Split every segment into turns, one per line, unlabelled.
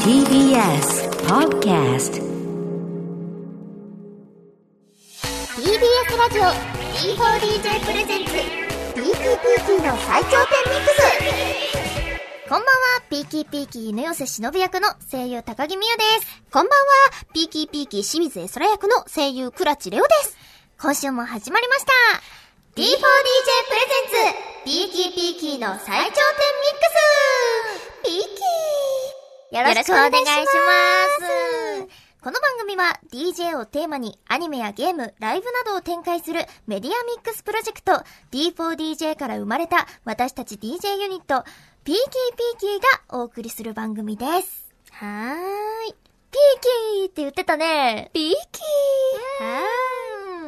TBS Podcast
TBS ラジオ D4DJ プレゼンツ PKPK の最頂点ミックスこんばんは、ピーキーピーキー犬寄せ忍役の声優高木美優です。こんばんは、ピーキーピーキー清水絵空役の声優倉地レオです。今週も始まりました。D4DJ プレゼンツピーキーピーキーの最頂点ミックスピーキーよろしくお願いします。この番組は DJ をテーマにアニメやゲーム、ライブなどを展開するメディアミックスプロジェクト D4DJ から生まれた私たち DJ ユニットピーキーピーキーがお送りする番組です。はーい。ピーキーって言ってたね。
ピーキー
は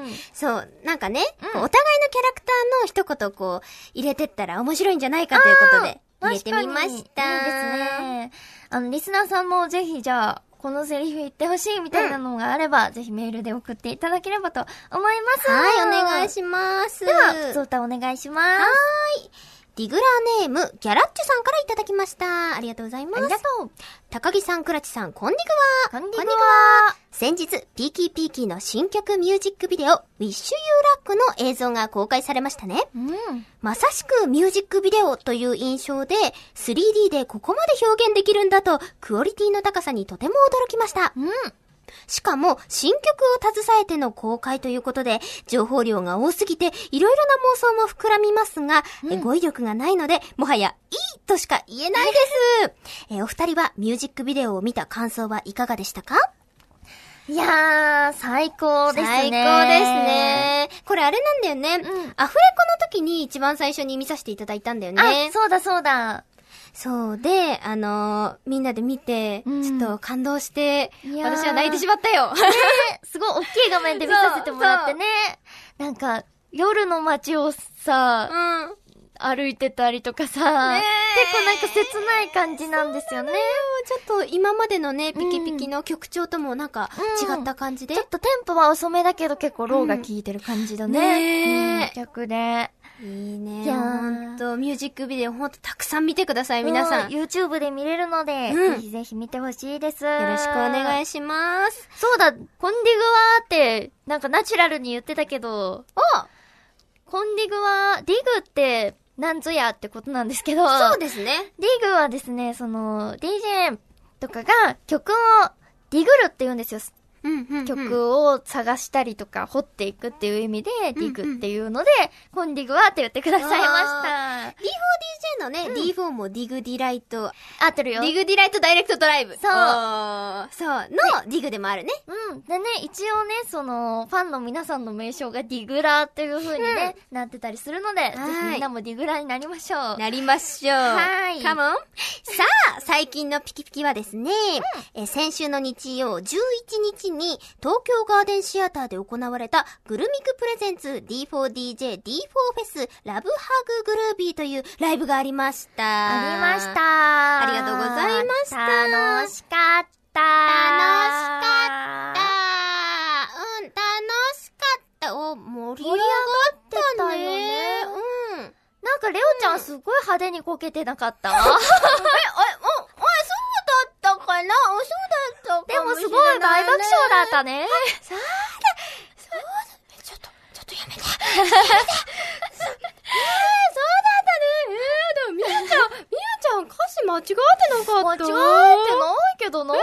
ーい。
そう、なんかね、
うん
こうお互いのキャラクターの一言をこう、入れてったら面白いんじゃないかということで、入れてみました。
確かにいいですね。あの、リスナーさんもぜひじゃあ、このセリフ言ってほしいみたいなのがあれば、ぜひメールで送っていただければと思います。
はい、お願いします。
では、普通歌お願いします。
はーい。ディグラーネーム、ギャラッチュさんからいただきました。ありがとうございます。
ありがと
う。高木さん、倉地さん、こんにちは。
こんにち
こ
は
んにち先日、ピーキーピーキーの新曲ミュージックビデオ、Wish You Luck の映像が公開されましたね。
うん。
まさしくミュージックビデオという印象で 3D でここまで表現できるんだとクオリティの高さにとても驚きました。
うん。
しかも新曲を携えての公開ということで情報量が多すぎていろいろな妄想も膨らみますが、え語彙力がないのでもはやいいとしか言えないです。えお二人はミュージックビデオを見た感想はいかがでしたか
いやー、最高ですね。
最高です。ね。これあれなんだよね。
うん
アフレコの時に一番最初に見させていただいたんだよね。
あ、そうだそ うだ。
そうで、あのーみんなで見て、
うん
ちょっと感動して、
いやー
私は泣いてしまった よ。
すごい大きい画面で見させてもらってね。なんか、夜の街をさ、
うん。
歩いてたりとかさ、
ねえ
結構なんか切ない感じなんですよね。
ちょっと今までのね、
うん
ピキピキの曲調ともなんか
うん
違った感じで
ちょ。っとテンポは遅めだけど結構ローが効いてる感じだね。
うんねえ
うん曲で。
いいね。
いやー
ほんと、ミュージックビデオほんとたくさん見てください、皆さ。
うんん
よ
YouTube で見れるので、
うん
ぜひぜひ見てほしいです。よ
ろしくお願
い
いします。
そうだ、コンディグワーって、なんかナチュラルに言ってたけど、コンディグワー、ディグって、なんぞやってことなんですけど、
そうですね。
ディグはですね、その、DJ とかが曲をディグルって言うんですよ。
うん、うん。を。
曲を探したりとか、掘っていくっていう意味で、ディグっていうので、コンディグはって言ってくださいました。
D4DJ のね、D4 もディグディライト、
合ってる
デ
よ。
ィグディライトダイレクトドライブ。
そ
お
う
ーそう。の、ディグでもあるね。
うん。でね、一応ね、その、ファンの皆さんの名称がディグラーっていう風にね、なってたりするので、ぜ
はい
ひみんなもディグラーになりましょう。は
なりましょう。
はい
カモン。さあ、最近のピキピキはですね、え先週の日曜11日に東京ガーデンシアターで行われたグルミクプレゼンツ D4DJ D4 フェスラブハググルービーというライブがありました。
ありました。
ありがとうございました
楽しかった。
楽しかった。うん、楽しかった。お、盛り上がった
盛り
ね。
上がってたよね
うん。
なんか、レオちゃんすごい派手にこけてなかった、
え、あ、お、あ、そうだったかなおそうだった
で
か
も
も
すごい大爆笑だっ
った
ね。
た。ちょっと、ちょっとやめて。えー、そうだったね。えー、でもみゆちゃん、みゆちゃん歌詞間違ってなか
間違
っ
えて
た。
ないけどな。
嘘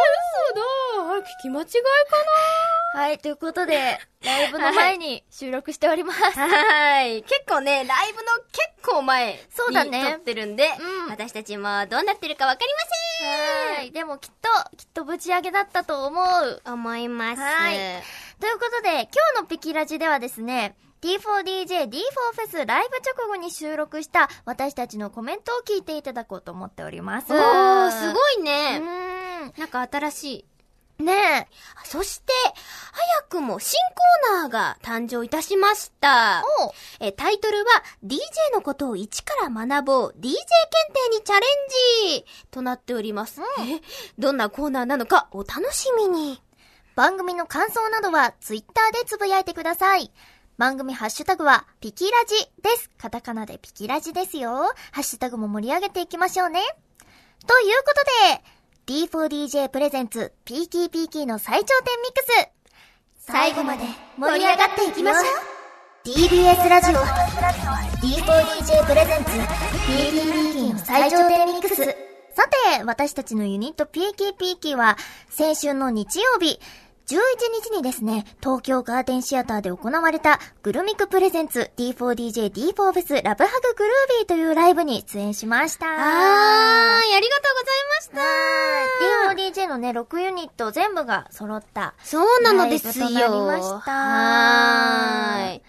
だ。あれ、聞き間違いか
はい、ということで、ライブの前に収録しております。
なはい。結構ね、ライブの結構前に
そうだね
撮ってるんで、
うん
私たちもどうなってるかわかりません。
はい。でもきっと、きっとぶち上げだったと思う。
思います。
はいということで、今日のピキラジではですね、D4DJ D4 フェスライブ直後に収録した私たちのコメントを聞いていただこうと思っておりま
お
す。
ー、す
い。
ごいうね。
ーん。
なんか新しい。
ねえ。
そして、早くも新コーナーが誕生いたしました。
おう
えタイトルは、DJ のことを一から学ぼう、DJ 検定にチャレンジとなっております。えどんなコーナーなのかお楽しみに。
番組の感想などはツイッターでつぶやいてください。番組ハッシュタグはピキラジです。カタカナでピキラジですよ。ハッシュタグも盛り上げていきましょうね。ということで、 D4DJ プレゼンツ、ピーキーピーキーの最頂点ミックス。最後まで盛り上がっていきましょう。TBS ラジオ、D4DJ プレゼンツ、ピーキーピーキーの最頂点ミックス。さて、私たちのユニットピーキーピーキーは、先週の日曜日、11日にですね、東京ガーデンシアターで行われた、グルミクプレゼンツ D4DJ D4 フェスラブハググルービーというライブに出演しました。
あー、ありがとうございま
はい D4DJ のね、6ユニット全部が揃った。
した。そうなのですよ。
ライブとなりました
はーい。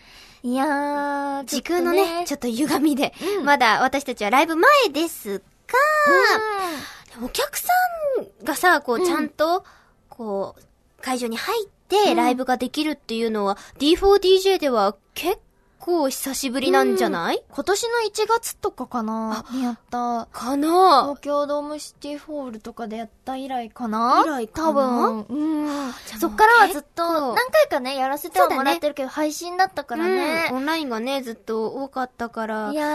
いやー、
時空のね、ちょっと歪みで、まだ私たちはライブ前ですが、お客さんがさ、こう、ちゃんと、こう、会場に入ってライブができるっていうのは、D4DJ では結構久しぶりなんじゃない、
今年の1月とかかなにやった。
かな
東京ドームシティホールとかでやった以来かな
以来かな
多分。うん。
じゃあ
そっからはずっ
も
と、
う
何回かね、やらせてはもらってるけど、配信だったからね。
うんオンラインがね、ずっと多かったから。
いや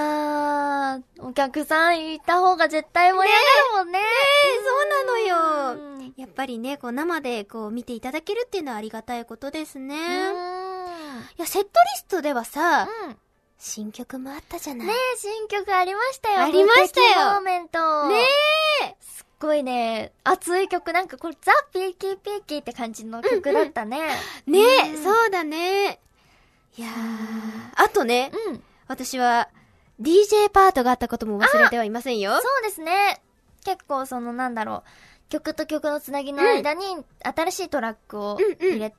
ー、お客さんいた方が絶対盛り上がるもんね。ね
えそうなのよ
よ。
やっぱりね、こう生でこう見ていただけるっていうのはありがたいことですね。いや、セットリストではさ、
うん。
新曲もあったじゃない
ねえ、新曲ありましたよ。
ありましたよ
無敵モーメント。
ね
すっごいね、熱い曲。なんかこれ、ザ・ピーキーピーキーって感じの曲だったね。
ねえ、
うん
そうだね。いやー、あとね、
うん。
私は、DJ パートがあったことも忘れてはいませんよ。
そうですね。結構その、なんだろう、曲と曲のつなぎの間に、新しいトラックを
うんうん
入れて、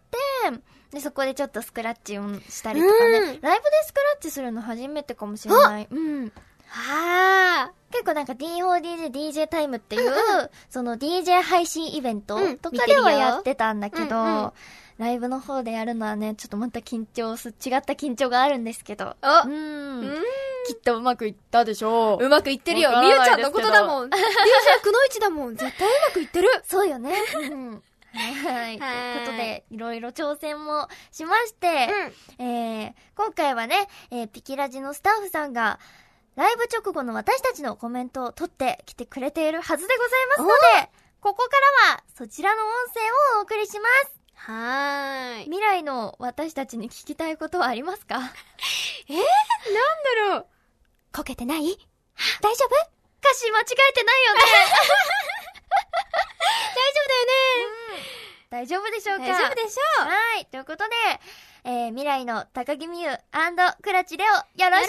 で、そこでちょっとスクラッチをしたりとかね、
うん
ライブでスクラッチするの初めてかもしれない。うん。
あ
結構なんか D4DJ、DJ タイムっていう、
うん
その DJ 配信イベント
うん
とか
見
で
て
は
るよ
やってたんだけど、
うんうん
ライブの方でやるのはね、ちょっとまた緊張す、違った緊張があるんですけど。
あ
う
ー、
ん。
う
きっとうまくいったでしょ
ん、うまくいってるよ
わ。か
みゆ
らない
ちゃんのことだもん。DJ くのいちだもん。絶対うまくいってる。
そうよね。うんはい。ということで、いろいろ挑戦もしまして、えー今回はね、えーピキラジのスタッフさんが、ライブ直後の私たちのコメントを取ってきてくれているはずでございますので、ここからはそちらの音声をお送りします。
はーい。
未来の私たちに聞きたいことはありますか
なんだろう。
こけてない 大丈夫歌詞間違えてないよね 大丈夫でしょうか
大丈夫でしょう。
はい。ということで、えー、未来の高木美優クラチレオ、よろしくいやー、楽しか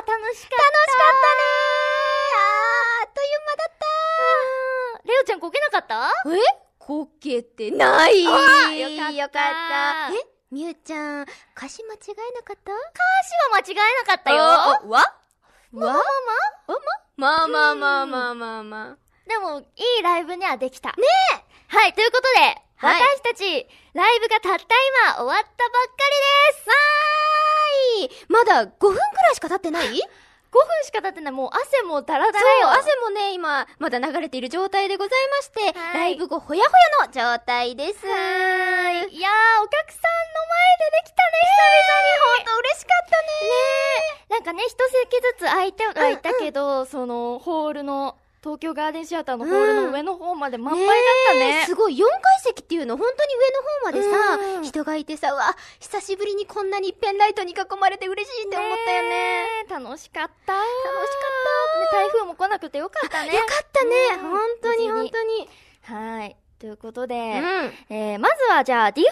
った。楽しかったねーあー、あっという間だったレオちゃんこけなかった
えこけてないよ
あよかった
えみゆちゃん、歌詞間違えなかった
歌詞は間違えなかったよ。
おわ
まあまあまあ
まあまあまあまあまあまあ。
でも、いいライブにはできた。ねえはい、ということで、
はい
私たち、ライブがたった今、終わったばっかりですわーい
まだ5分くらいしか経ってない
5分しか経ってない。もう汗もダラ
そ
ダラ
う
よ。、
汗もね、今、まだ流れている状態でございまして、
はい
ライブ後、ほやほやの状態です。
はーい。いやー、お客さんの前でできたね久々に、ほんと嬉しかったねねなんかね、一席ずつ空いて、空いたけど、その、ホールの、東京ガーデンシアターのホールの上の方まで満杯だったね。
えすごい、4階席っていうの、本当に上の方までさ、
うん
人がいてさ、うわ、久しぶりにこんなにペンライトに囲まれて嬉しいって思ったよね。
ね楽しかった。楽
楽しか
った。台風も来なくてよかったね。
よかったね、
うん
本当に
無事
本
に
当に。
はい。ということで、
うん。
えーまずはじゃあ D4DJ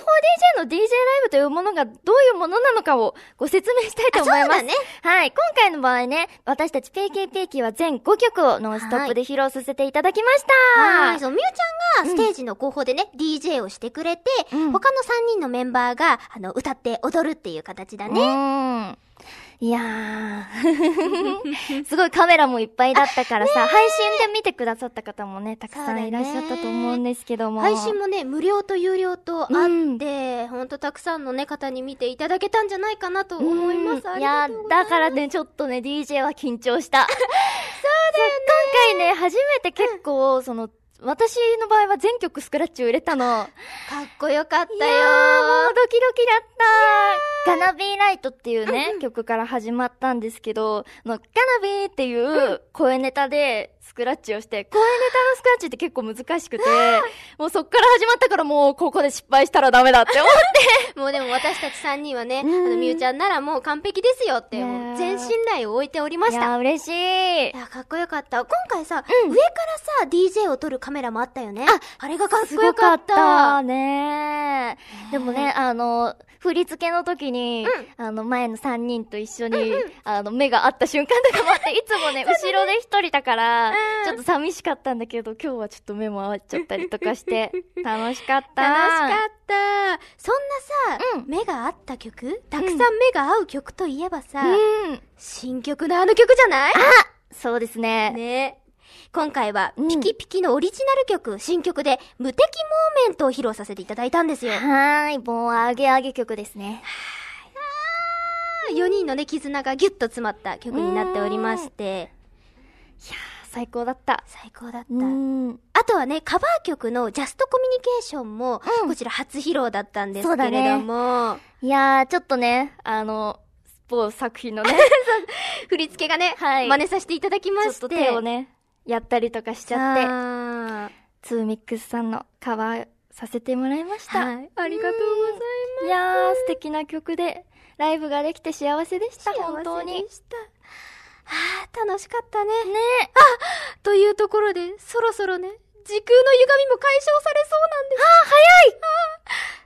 の DJ ライブというものがどういうものなのかをご説明したいと思います。
ね。
はい。今回の場合ね、私たち PKPK は全5曲をノンストップで披露させていただきまし
はい。
た。
そう、みゆちゃんがステージの後方でね、DJ をしてくれて、
うん
他の3人のメンバーが、あの、歌って踊るっていう形だ
ね。う
ね。
んいやー。 すごいカメラもいっぱいだったから さ、配信で見てくださった方もね、たくさんいらっしゃったと思うんですけども。
配信もね、無料と有料とあって、
うん
ほんとたくさんのね、方に見ていただけたんじゃないかなと思います。
うん
あ
い
り
や
がとうござい
だ
ます。
からね、ちょっとね、DJ は緊張した。そうだよね。今回ね、初めて結構、その、私の場合は全曲スクラッチを入れたの。
かっこよかったよ。
いやーもうドキドキだった。ガナビーライトっていうね、曲から始まったんですけど、あの、ガナビーっていう声ネタでスクラッチをして、声ネタのスクラッチって結構難しくて、もうそっから始まったからもうここで失敗したらダメだって思って
もうでも私たち3人はね、あ
うん
の、みゆちゃんならもう完璧ですよって、
ねえ
もう全信頼を置いておりまし
いや
た。
ー、嬉しい
い。や、かっこよかった。今回さ、上からさ、DJ を撮るカメラもあったよね。あ、あれがかっ
す
こよ
ご
かっ。
かったたねでもね、あの、振り付けの時に、あの、前の3人と一緒に、あの、目が合った瞬間とかもあ って、いつもね、後ろで一人だから、ちょっと寂しかったんだけど、今日はちょっと目も合っちゃったりとか して、楽しかった。
楽しか
っ
った。そんなさ、
うん
目が合った曲たくさん目が合う曲といえばさ、
うん。
新曲のあの曲じゃない
そうですね。
ね今回は、
うん
ピキピキのオリジナル曲、新曲で、無敵モーメントを披露させていただいたんですよ。
はーい、もう、あげあげ曲ですね。
4人のね、絆がギュッと詰まった曲になっておりまして、
最高だった。
最高だった。
ん。
あとはね、カバー曲のジャストコミュニケーションも、
うん
こちら初披露だったんです
そう
け
だね
れども、
いやー、ちょっとね、あの、某作品の ね、
振り付けがね、
はい
真似させていただきま
ちょ
し、
ってと手をね、やったりとかしち
ち
ゃって、
ゃって、
ツーミックスさんのカバーさせてもらいました。。
はいありがとうございます
いやー、素敵な曲で、ライブができて幸せでした、
幸せで
本当に。
した。ああ、楽しかったね。ねあというところで、そろそろね、時空の歪みも解消されそうなんです。ああ、早い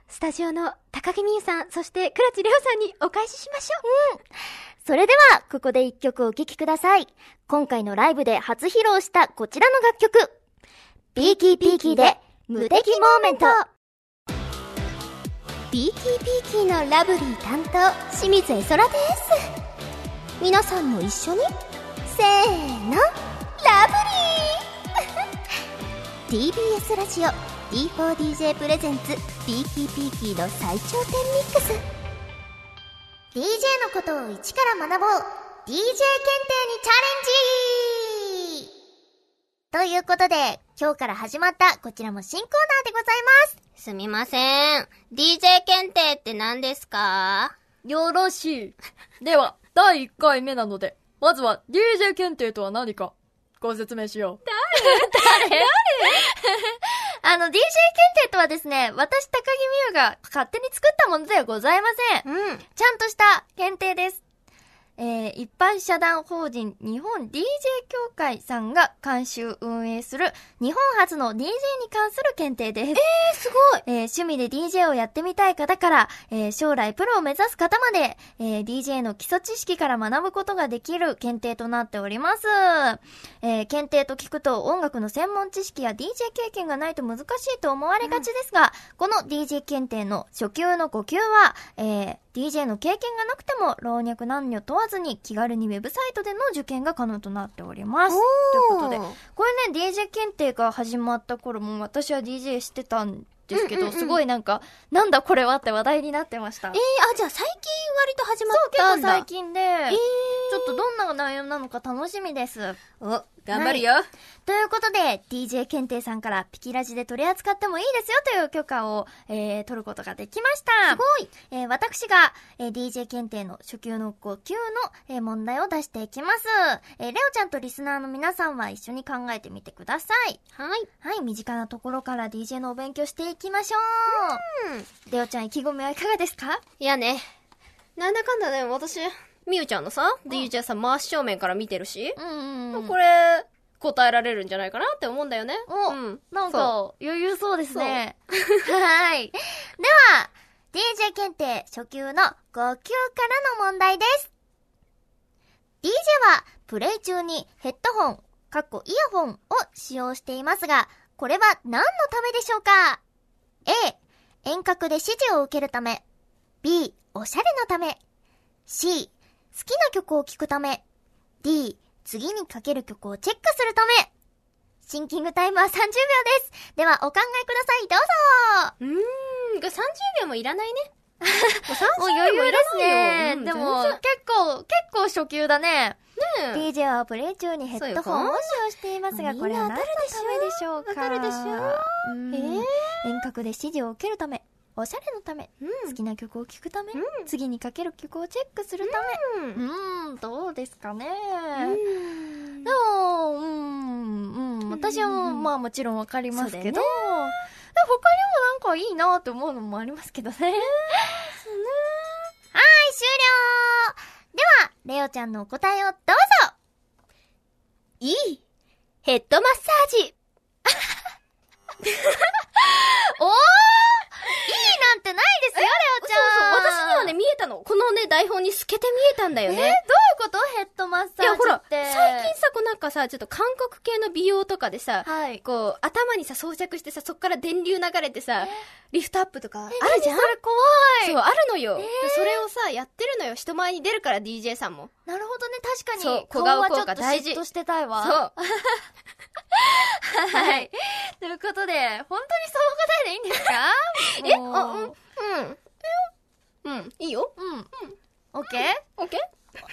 スタジオの高木美優さん、そして倉地レオさんにお返ししましょう。
それでは、ここで一曲お聴きください。今回のライブで初披露したこちらの楽曲。ピーキーピーキーで、無敵モーメント。
ピーキーピーキーのラブリー担当、清水絵空です。皆さんも一緒に、せーの、ラブリー !TBS ラジオ D4DJ プレゼンツ、ピーキーピーキーの最頂点ミックス。
DJ のことを一から学ぼう DJ 検定にチャレンジということで、今日から始まったこちらも新コーナーでございます
すみません。DJ 検定って何ですか
よろしい。では、第1回目なので、まずは DJ 検定とは何か、ご説明しよう。
あの、DJ 検定とはですね、私、高木美優が勝手に作ったものではございません。
うん。
ちゃんとした検定です。えー、一般社団法人日本 DJ 協会さんが監修運営する日本初の DJ に関する検定です。えー、すごい、え趣味で DJ をやってみたい方から、えー将来プロを目指す方まで、えー DJ の基礎知識から学ぶことができる検定となっております。えー検定と聞くと音楽の専門知識や DJ 経験がないと難しいと思われがちですが、この DJ 検定の初級の5級は、えー DJ の経験がなくても老若男女問わずに気軽にウェブサイトでの受験が可能となっております。ということで、これね、DJ 検定が始まった頃も私は DJ してたんですけど、すごいなんか、なんだこれはって話題になってました。
えー、あ、じゃあ最近割と始ま
そう、
ったん
結構
だ。
最近で、ちょっとどんな内容なのか楽しみです。
お、頑張るよ。
ということで、DJ 検定さんからピキラジで取り扱ってもいいですよという許可を、えー取ることができました。すごいえー私が、えー DJ 検定の初級の5級の、えー問題を出していきます。えーレオちゃんとリスナーの皆さんは一緒に考えてみてください。
はい。
はい、身近なところから DJ のお勉強していきましょう。レオちゃん意気込みはいかがですか
いやね。なんだかんだね、私、みゆちゃんのさ、DJ さ、真正面から見てるし、
うん
これ、答えられるんじゃないかなって思うんだよね。
お、
うん
なんか
そ
余裕そうですね。はい。では、DJ 検定初級の5級からの問題です。DJ はプレイ中にヘッドホン、かっこイヤホンを使用していますが、これは何のためでしょうか ?A、遠隔で指示を受けるため。B、おしゃれのため。C、好きな曲を聴くため。D、次にかける曲をチェックするため。シンキングタイムは30秒です。では、お考えください。ど
うーん、これ30秒もいらないね。
うぞ。もう余裕ですね。
うん
でも、
全
結構、結構初級だね。
ね
DJ はプレイ中にヘッドホンを使用していますが、
そうよ
これは何のためでしょうか
当たるでしょ
うん
えー
遠隔で指示を受けるため。おしゃれのため、好きな曲を聴くため、次にかける曲をチェックするため、うーん、どうですかね。でも、うーん、うん、私はもうまあもちろんわかりますけど、
そう
で
だ
も他にもなんかいいなって思うのもありますけどね。
はい、終了では、レオちゃんのお答えをどうぞ
いいヘッドマッサー ジ
なんてないですよ、レオちゃん
そうそう、私にはね、見えたの。このね、台本に透けて見えたんだよ
えー、どうい
ね
う。ことヘッドマッサ
いや、ほ
ージ
ら
っ、て。
最近さ、こうなんかさ、ちょっと韓国系の美容とかでさ、
はい。
こう、頭にさ、装着してさ、そっから電流流れてさ、リフトアップとか、あるじゃん
それ怖い
そう、あるのよ。でそれをさ、やってるのよ。人前に出るから、DJ さんも。
なるほどね、確か
そ
に
う。
顔
小
は
顔
ちょっ
効果
と大
大
事
事
としてたいわ。
そう。
はい。ということで、本当に そういう答えでいいんですかえ
あうん。うん。うん。いいよ。
うん。うん。オッケー
オッケー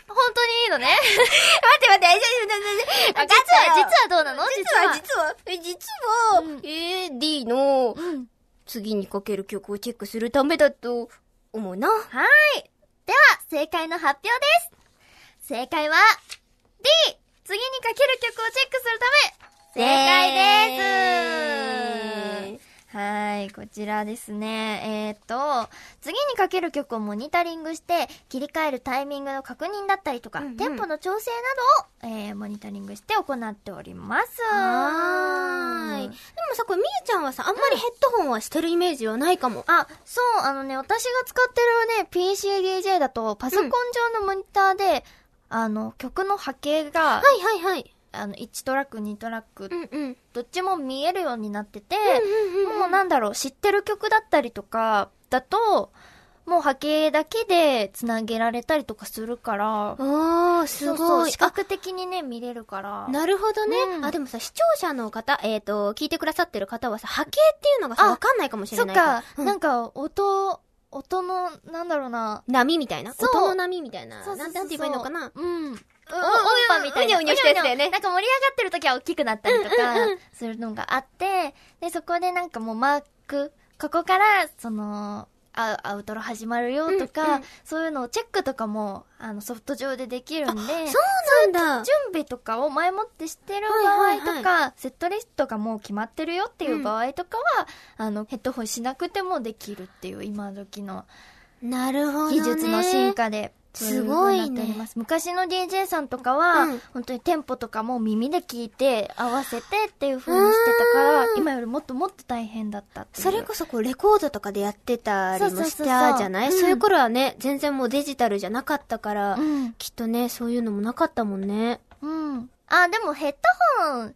本当にいいのね。
待って待って、大丈夫、大
あ
丈
実は、実はどうなの
実は、実は、え実は、えー、D の、
うん。
次にかける曲をチェックするためだと、思うな。
正解の発表です正解は、
次にかける曲をチェックするため、正解です。はい、こちらですね。えー、と、次にかける曲をモニタリングして、切り替えるタイミングの確認だったりとか、
うんうん
テンポの調整などを、えーモニタリングして行っております。
はーい。でもさ、これ、みゆちゃんはさ、あんまりヘッドホンはしてるイメージはないかも。
あ、そう、あのね、私が使ってるね、PCDJ だと、パソコン上のモニターで、あの、曲の波形が、
はいはいはい。
あの、1トラック、2トラック、
んうん。
どっちも見えるようになってて、
うんうんうん。
もうなんだろう、知ってる曲だったりとか、だと、もう波形だけで繋げられたりとかするから、
あー、す
そう
ご
そう
い
視。覚的にね、見れるから。
なるほどね。
うん
あ、でもさ、視聴者の方、えっ、と、聞いてくださってる方はさ、波形っていうのがさ、
あ
わかんないかもし
そ
れな
っ
いから。
か、なんか、音、音の、なんだろうな、
波みたいな。
そう
音の波みたいな。
そうそうそ
な
うそう
んなんて言えばいいのかな。
うん。お
う
音
ん
波みたいう
に
な。
ゃうにゃしたやつだよね
うにゃうにゃなんか盛り上がってる時は大きくなったりとか、するのがあって、で、そこでなんかもうマーク、ここから、その、あアウトロ始まるよと
うん
か、
うん
そういうのをチェックとかも、あの、ソフト上でできるんで、
そうなんだ。
準備とかを前もってしてる
は
場合
い
と
はい
か、
はい
セットリストがもう決まってるよっていう場合とかは、あの、ヘッドホンしなくてもできるっていう、今時の
なるほど、ね。
技術の進。化で。
すごいね
そうう風になっております昔の DJ さんとかは、
うん
本当にテンポとかも耳で聞いて、合わせてっていう風にしてたから
う、ん
今よりもっともっと大変だったっていう。
それこそこうレコードとかでやってたり
そう
も
そう
し
そうそう
たじゃない
うん
そういう頃はね、全然もうデジタルじゃなかったから、
うん。
きっとね、そういうのもなかったもんね。
うん。
あ、でもヘッドホン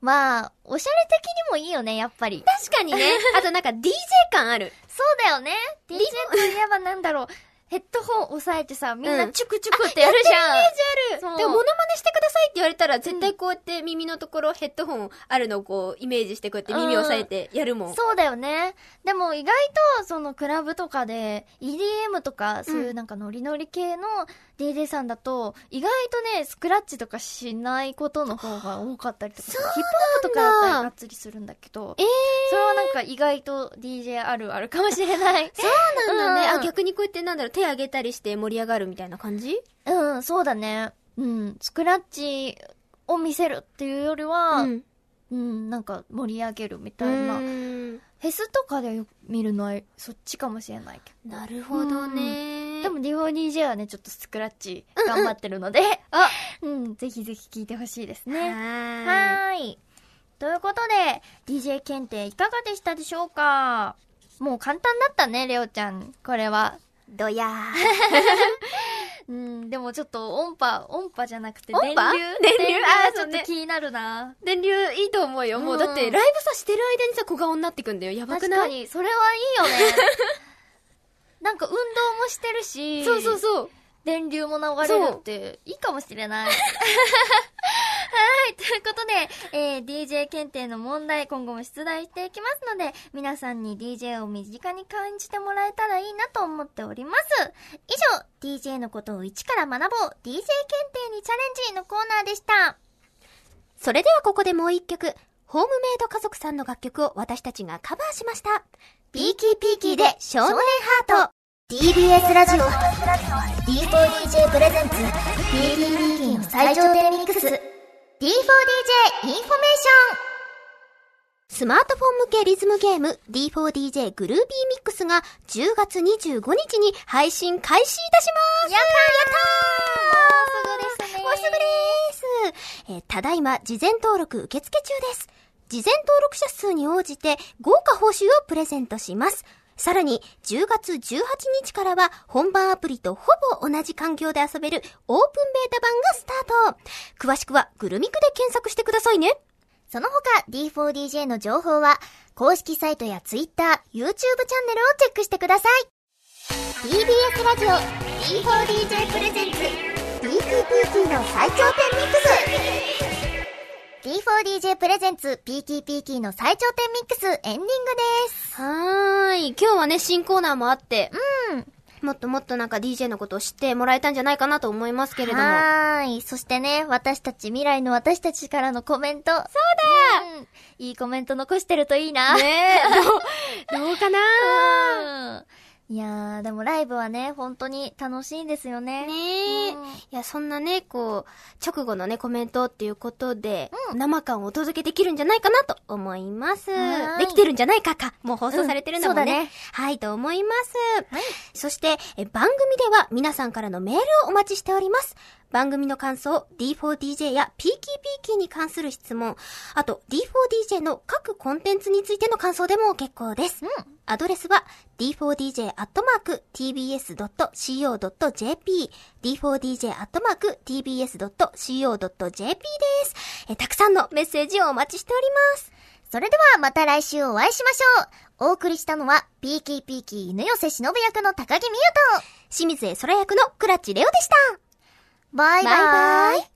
は、おしゃれ的にもいいよね、やっぱり。
確かに ね。あとなんか DJ 感ある。
そうだよね。DJ といえばなんだろう。ヘッドホン押さえてさ、みんな
うん
チュクチュクってやるじゃん。
イメージあ
そう
る。でも、モノマネしてくださいって言われたら、絶対こうやって耳のところ、ヘッドホンあるのをこう、イメージして、こうやって耳を押さえてやるもん。
そうだよね。でも意外と、そのクラブとかで、EDM とか、そういうなんかノリノリ系の DJ さんだと、意外とね、スクラッチとかしないことの方が多かったりとか、ヒップホップとかだったらがっつりするんだけど、
えー
それはなんか意外と DJ あるあるかもしれない。
そうなんだね。
うん
あ、逆にこうやってなんだろう、手上げたりして盛り上がるみたいな感じ
うん、そうだね。うん、スクラッチを見せるっていうよりは、
うん。
うん、なんか盛り上げるみた
う
いな。フ
ん。
ェスとかでよく見るのはそっちかもしれないけど。
なるほどね。
でも D4DJ はね、ちょっとスクラッチ頑張ってるので、
あ、
うん、ぜひぜひ聞いてほしいですね。
はーい。
はーい。
ということで、DJ 検定いかがでしたでしょうかもう簡単だったね、レオちゃん。これは。
どやー。
うん、でもちょっと音波、音波じゃなくて電
音
流
波電流
電流
あ
が
ー
ち
そ
ょ
う
っ
ね
と気になるな。
電流いいと思うよ。もうだって、ライブさしてる間にさ、小顔になってくんだよ。やばく
確
な
か
い
に、それはい いよね。なんか運動もしてるし、
そうそうそう。
電流も流れるって、いいかもしれ ない。はい、ということで、えー DJ 検定の問題、今後も出題していきますので、皆さんに DJ を身近に感じてもらえたらいいなと思っております。
以上、DJ のことを一から学ぼう DJ 検定にチャレンジのコーナーでした。
それではここでもう一曲、ホームメイド家族さんの楽曲を私たちがカバーしました。
ピーキーピーキーで少年ハート TBS ラジオ D4DJ プレゼンツ d d d の最頂点ミックス D4DJ インフォメーション
スマートフォン向けリズムゲーム D4DJ グルービーミックスが10月25日に配信開始いたしますやったーやったーもうすぐですねもうすぐです、えーただいま事前登録受付中です。事前登録者数に応じて豪華報酬をプレゼントします。さらに、10月18日からは本番アプリとほぼ同じ環境で遊べるオープンベータ版がスタート詳しくはグルミクで検索してくださいね
その他 D4DJ の情報は公式サイトや Twitter、YouTube チャンネルをチェックしてください TBS ラジオ D4DJ プレゼンツ DTPT の最頂点ミックス D4DJ プレゼンツ PTPT の最頂点ミックスエンディングです
はーい。今日はね、新コーナーもあって、うん。もっともっとなんか DJ のことを知ってもらえたんじゃないかなと思いますけれども。
はーい。そしてね、私たち、未来の私たちからのコメント。そうだ、いいコメント残してるといいな。
ねえ、どうどうかな
うんいやー、でもライブはね、本当に楽しいんですよね。
ねえ、
うん
いや、そんなね、こう、直後のね、コメントっていうことで、生感をお届けできるんじゃないかなと思います。
はーい
できてるんじゃないかか。もう放送されてるんだもんね。
うんそうだね
はい、と思います。そして、え番組では皆さんからのメールをお待ちしております。番組の感想、D4DJ や PKPK に関する質問、あと D4DJ の各コンテンツについての感想でも結構です。アドレスは d4dj.tbs.co.jp d4dj.tbs.co.jp です。えたくさんのメッセージをお待ちしております。
それではまた来週お会いしましょう。お送りしたのは、ピーキーピーキー犬寄せ忍役の高木美優と、
清水絵空役の倉地レオでした。
バイバイ。
バイバイ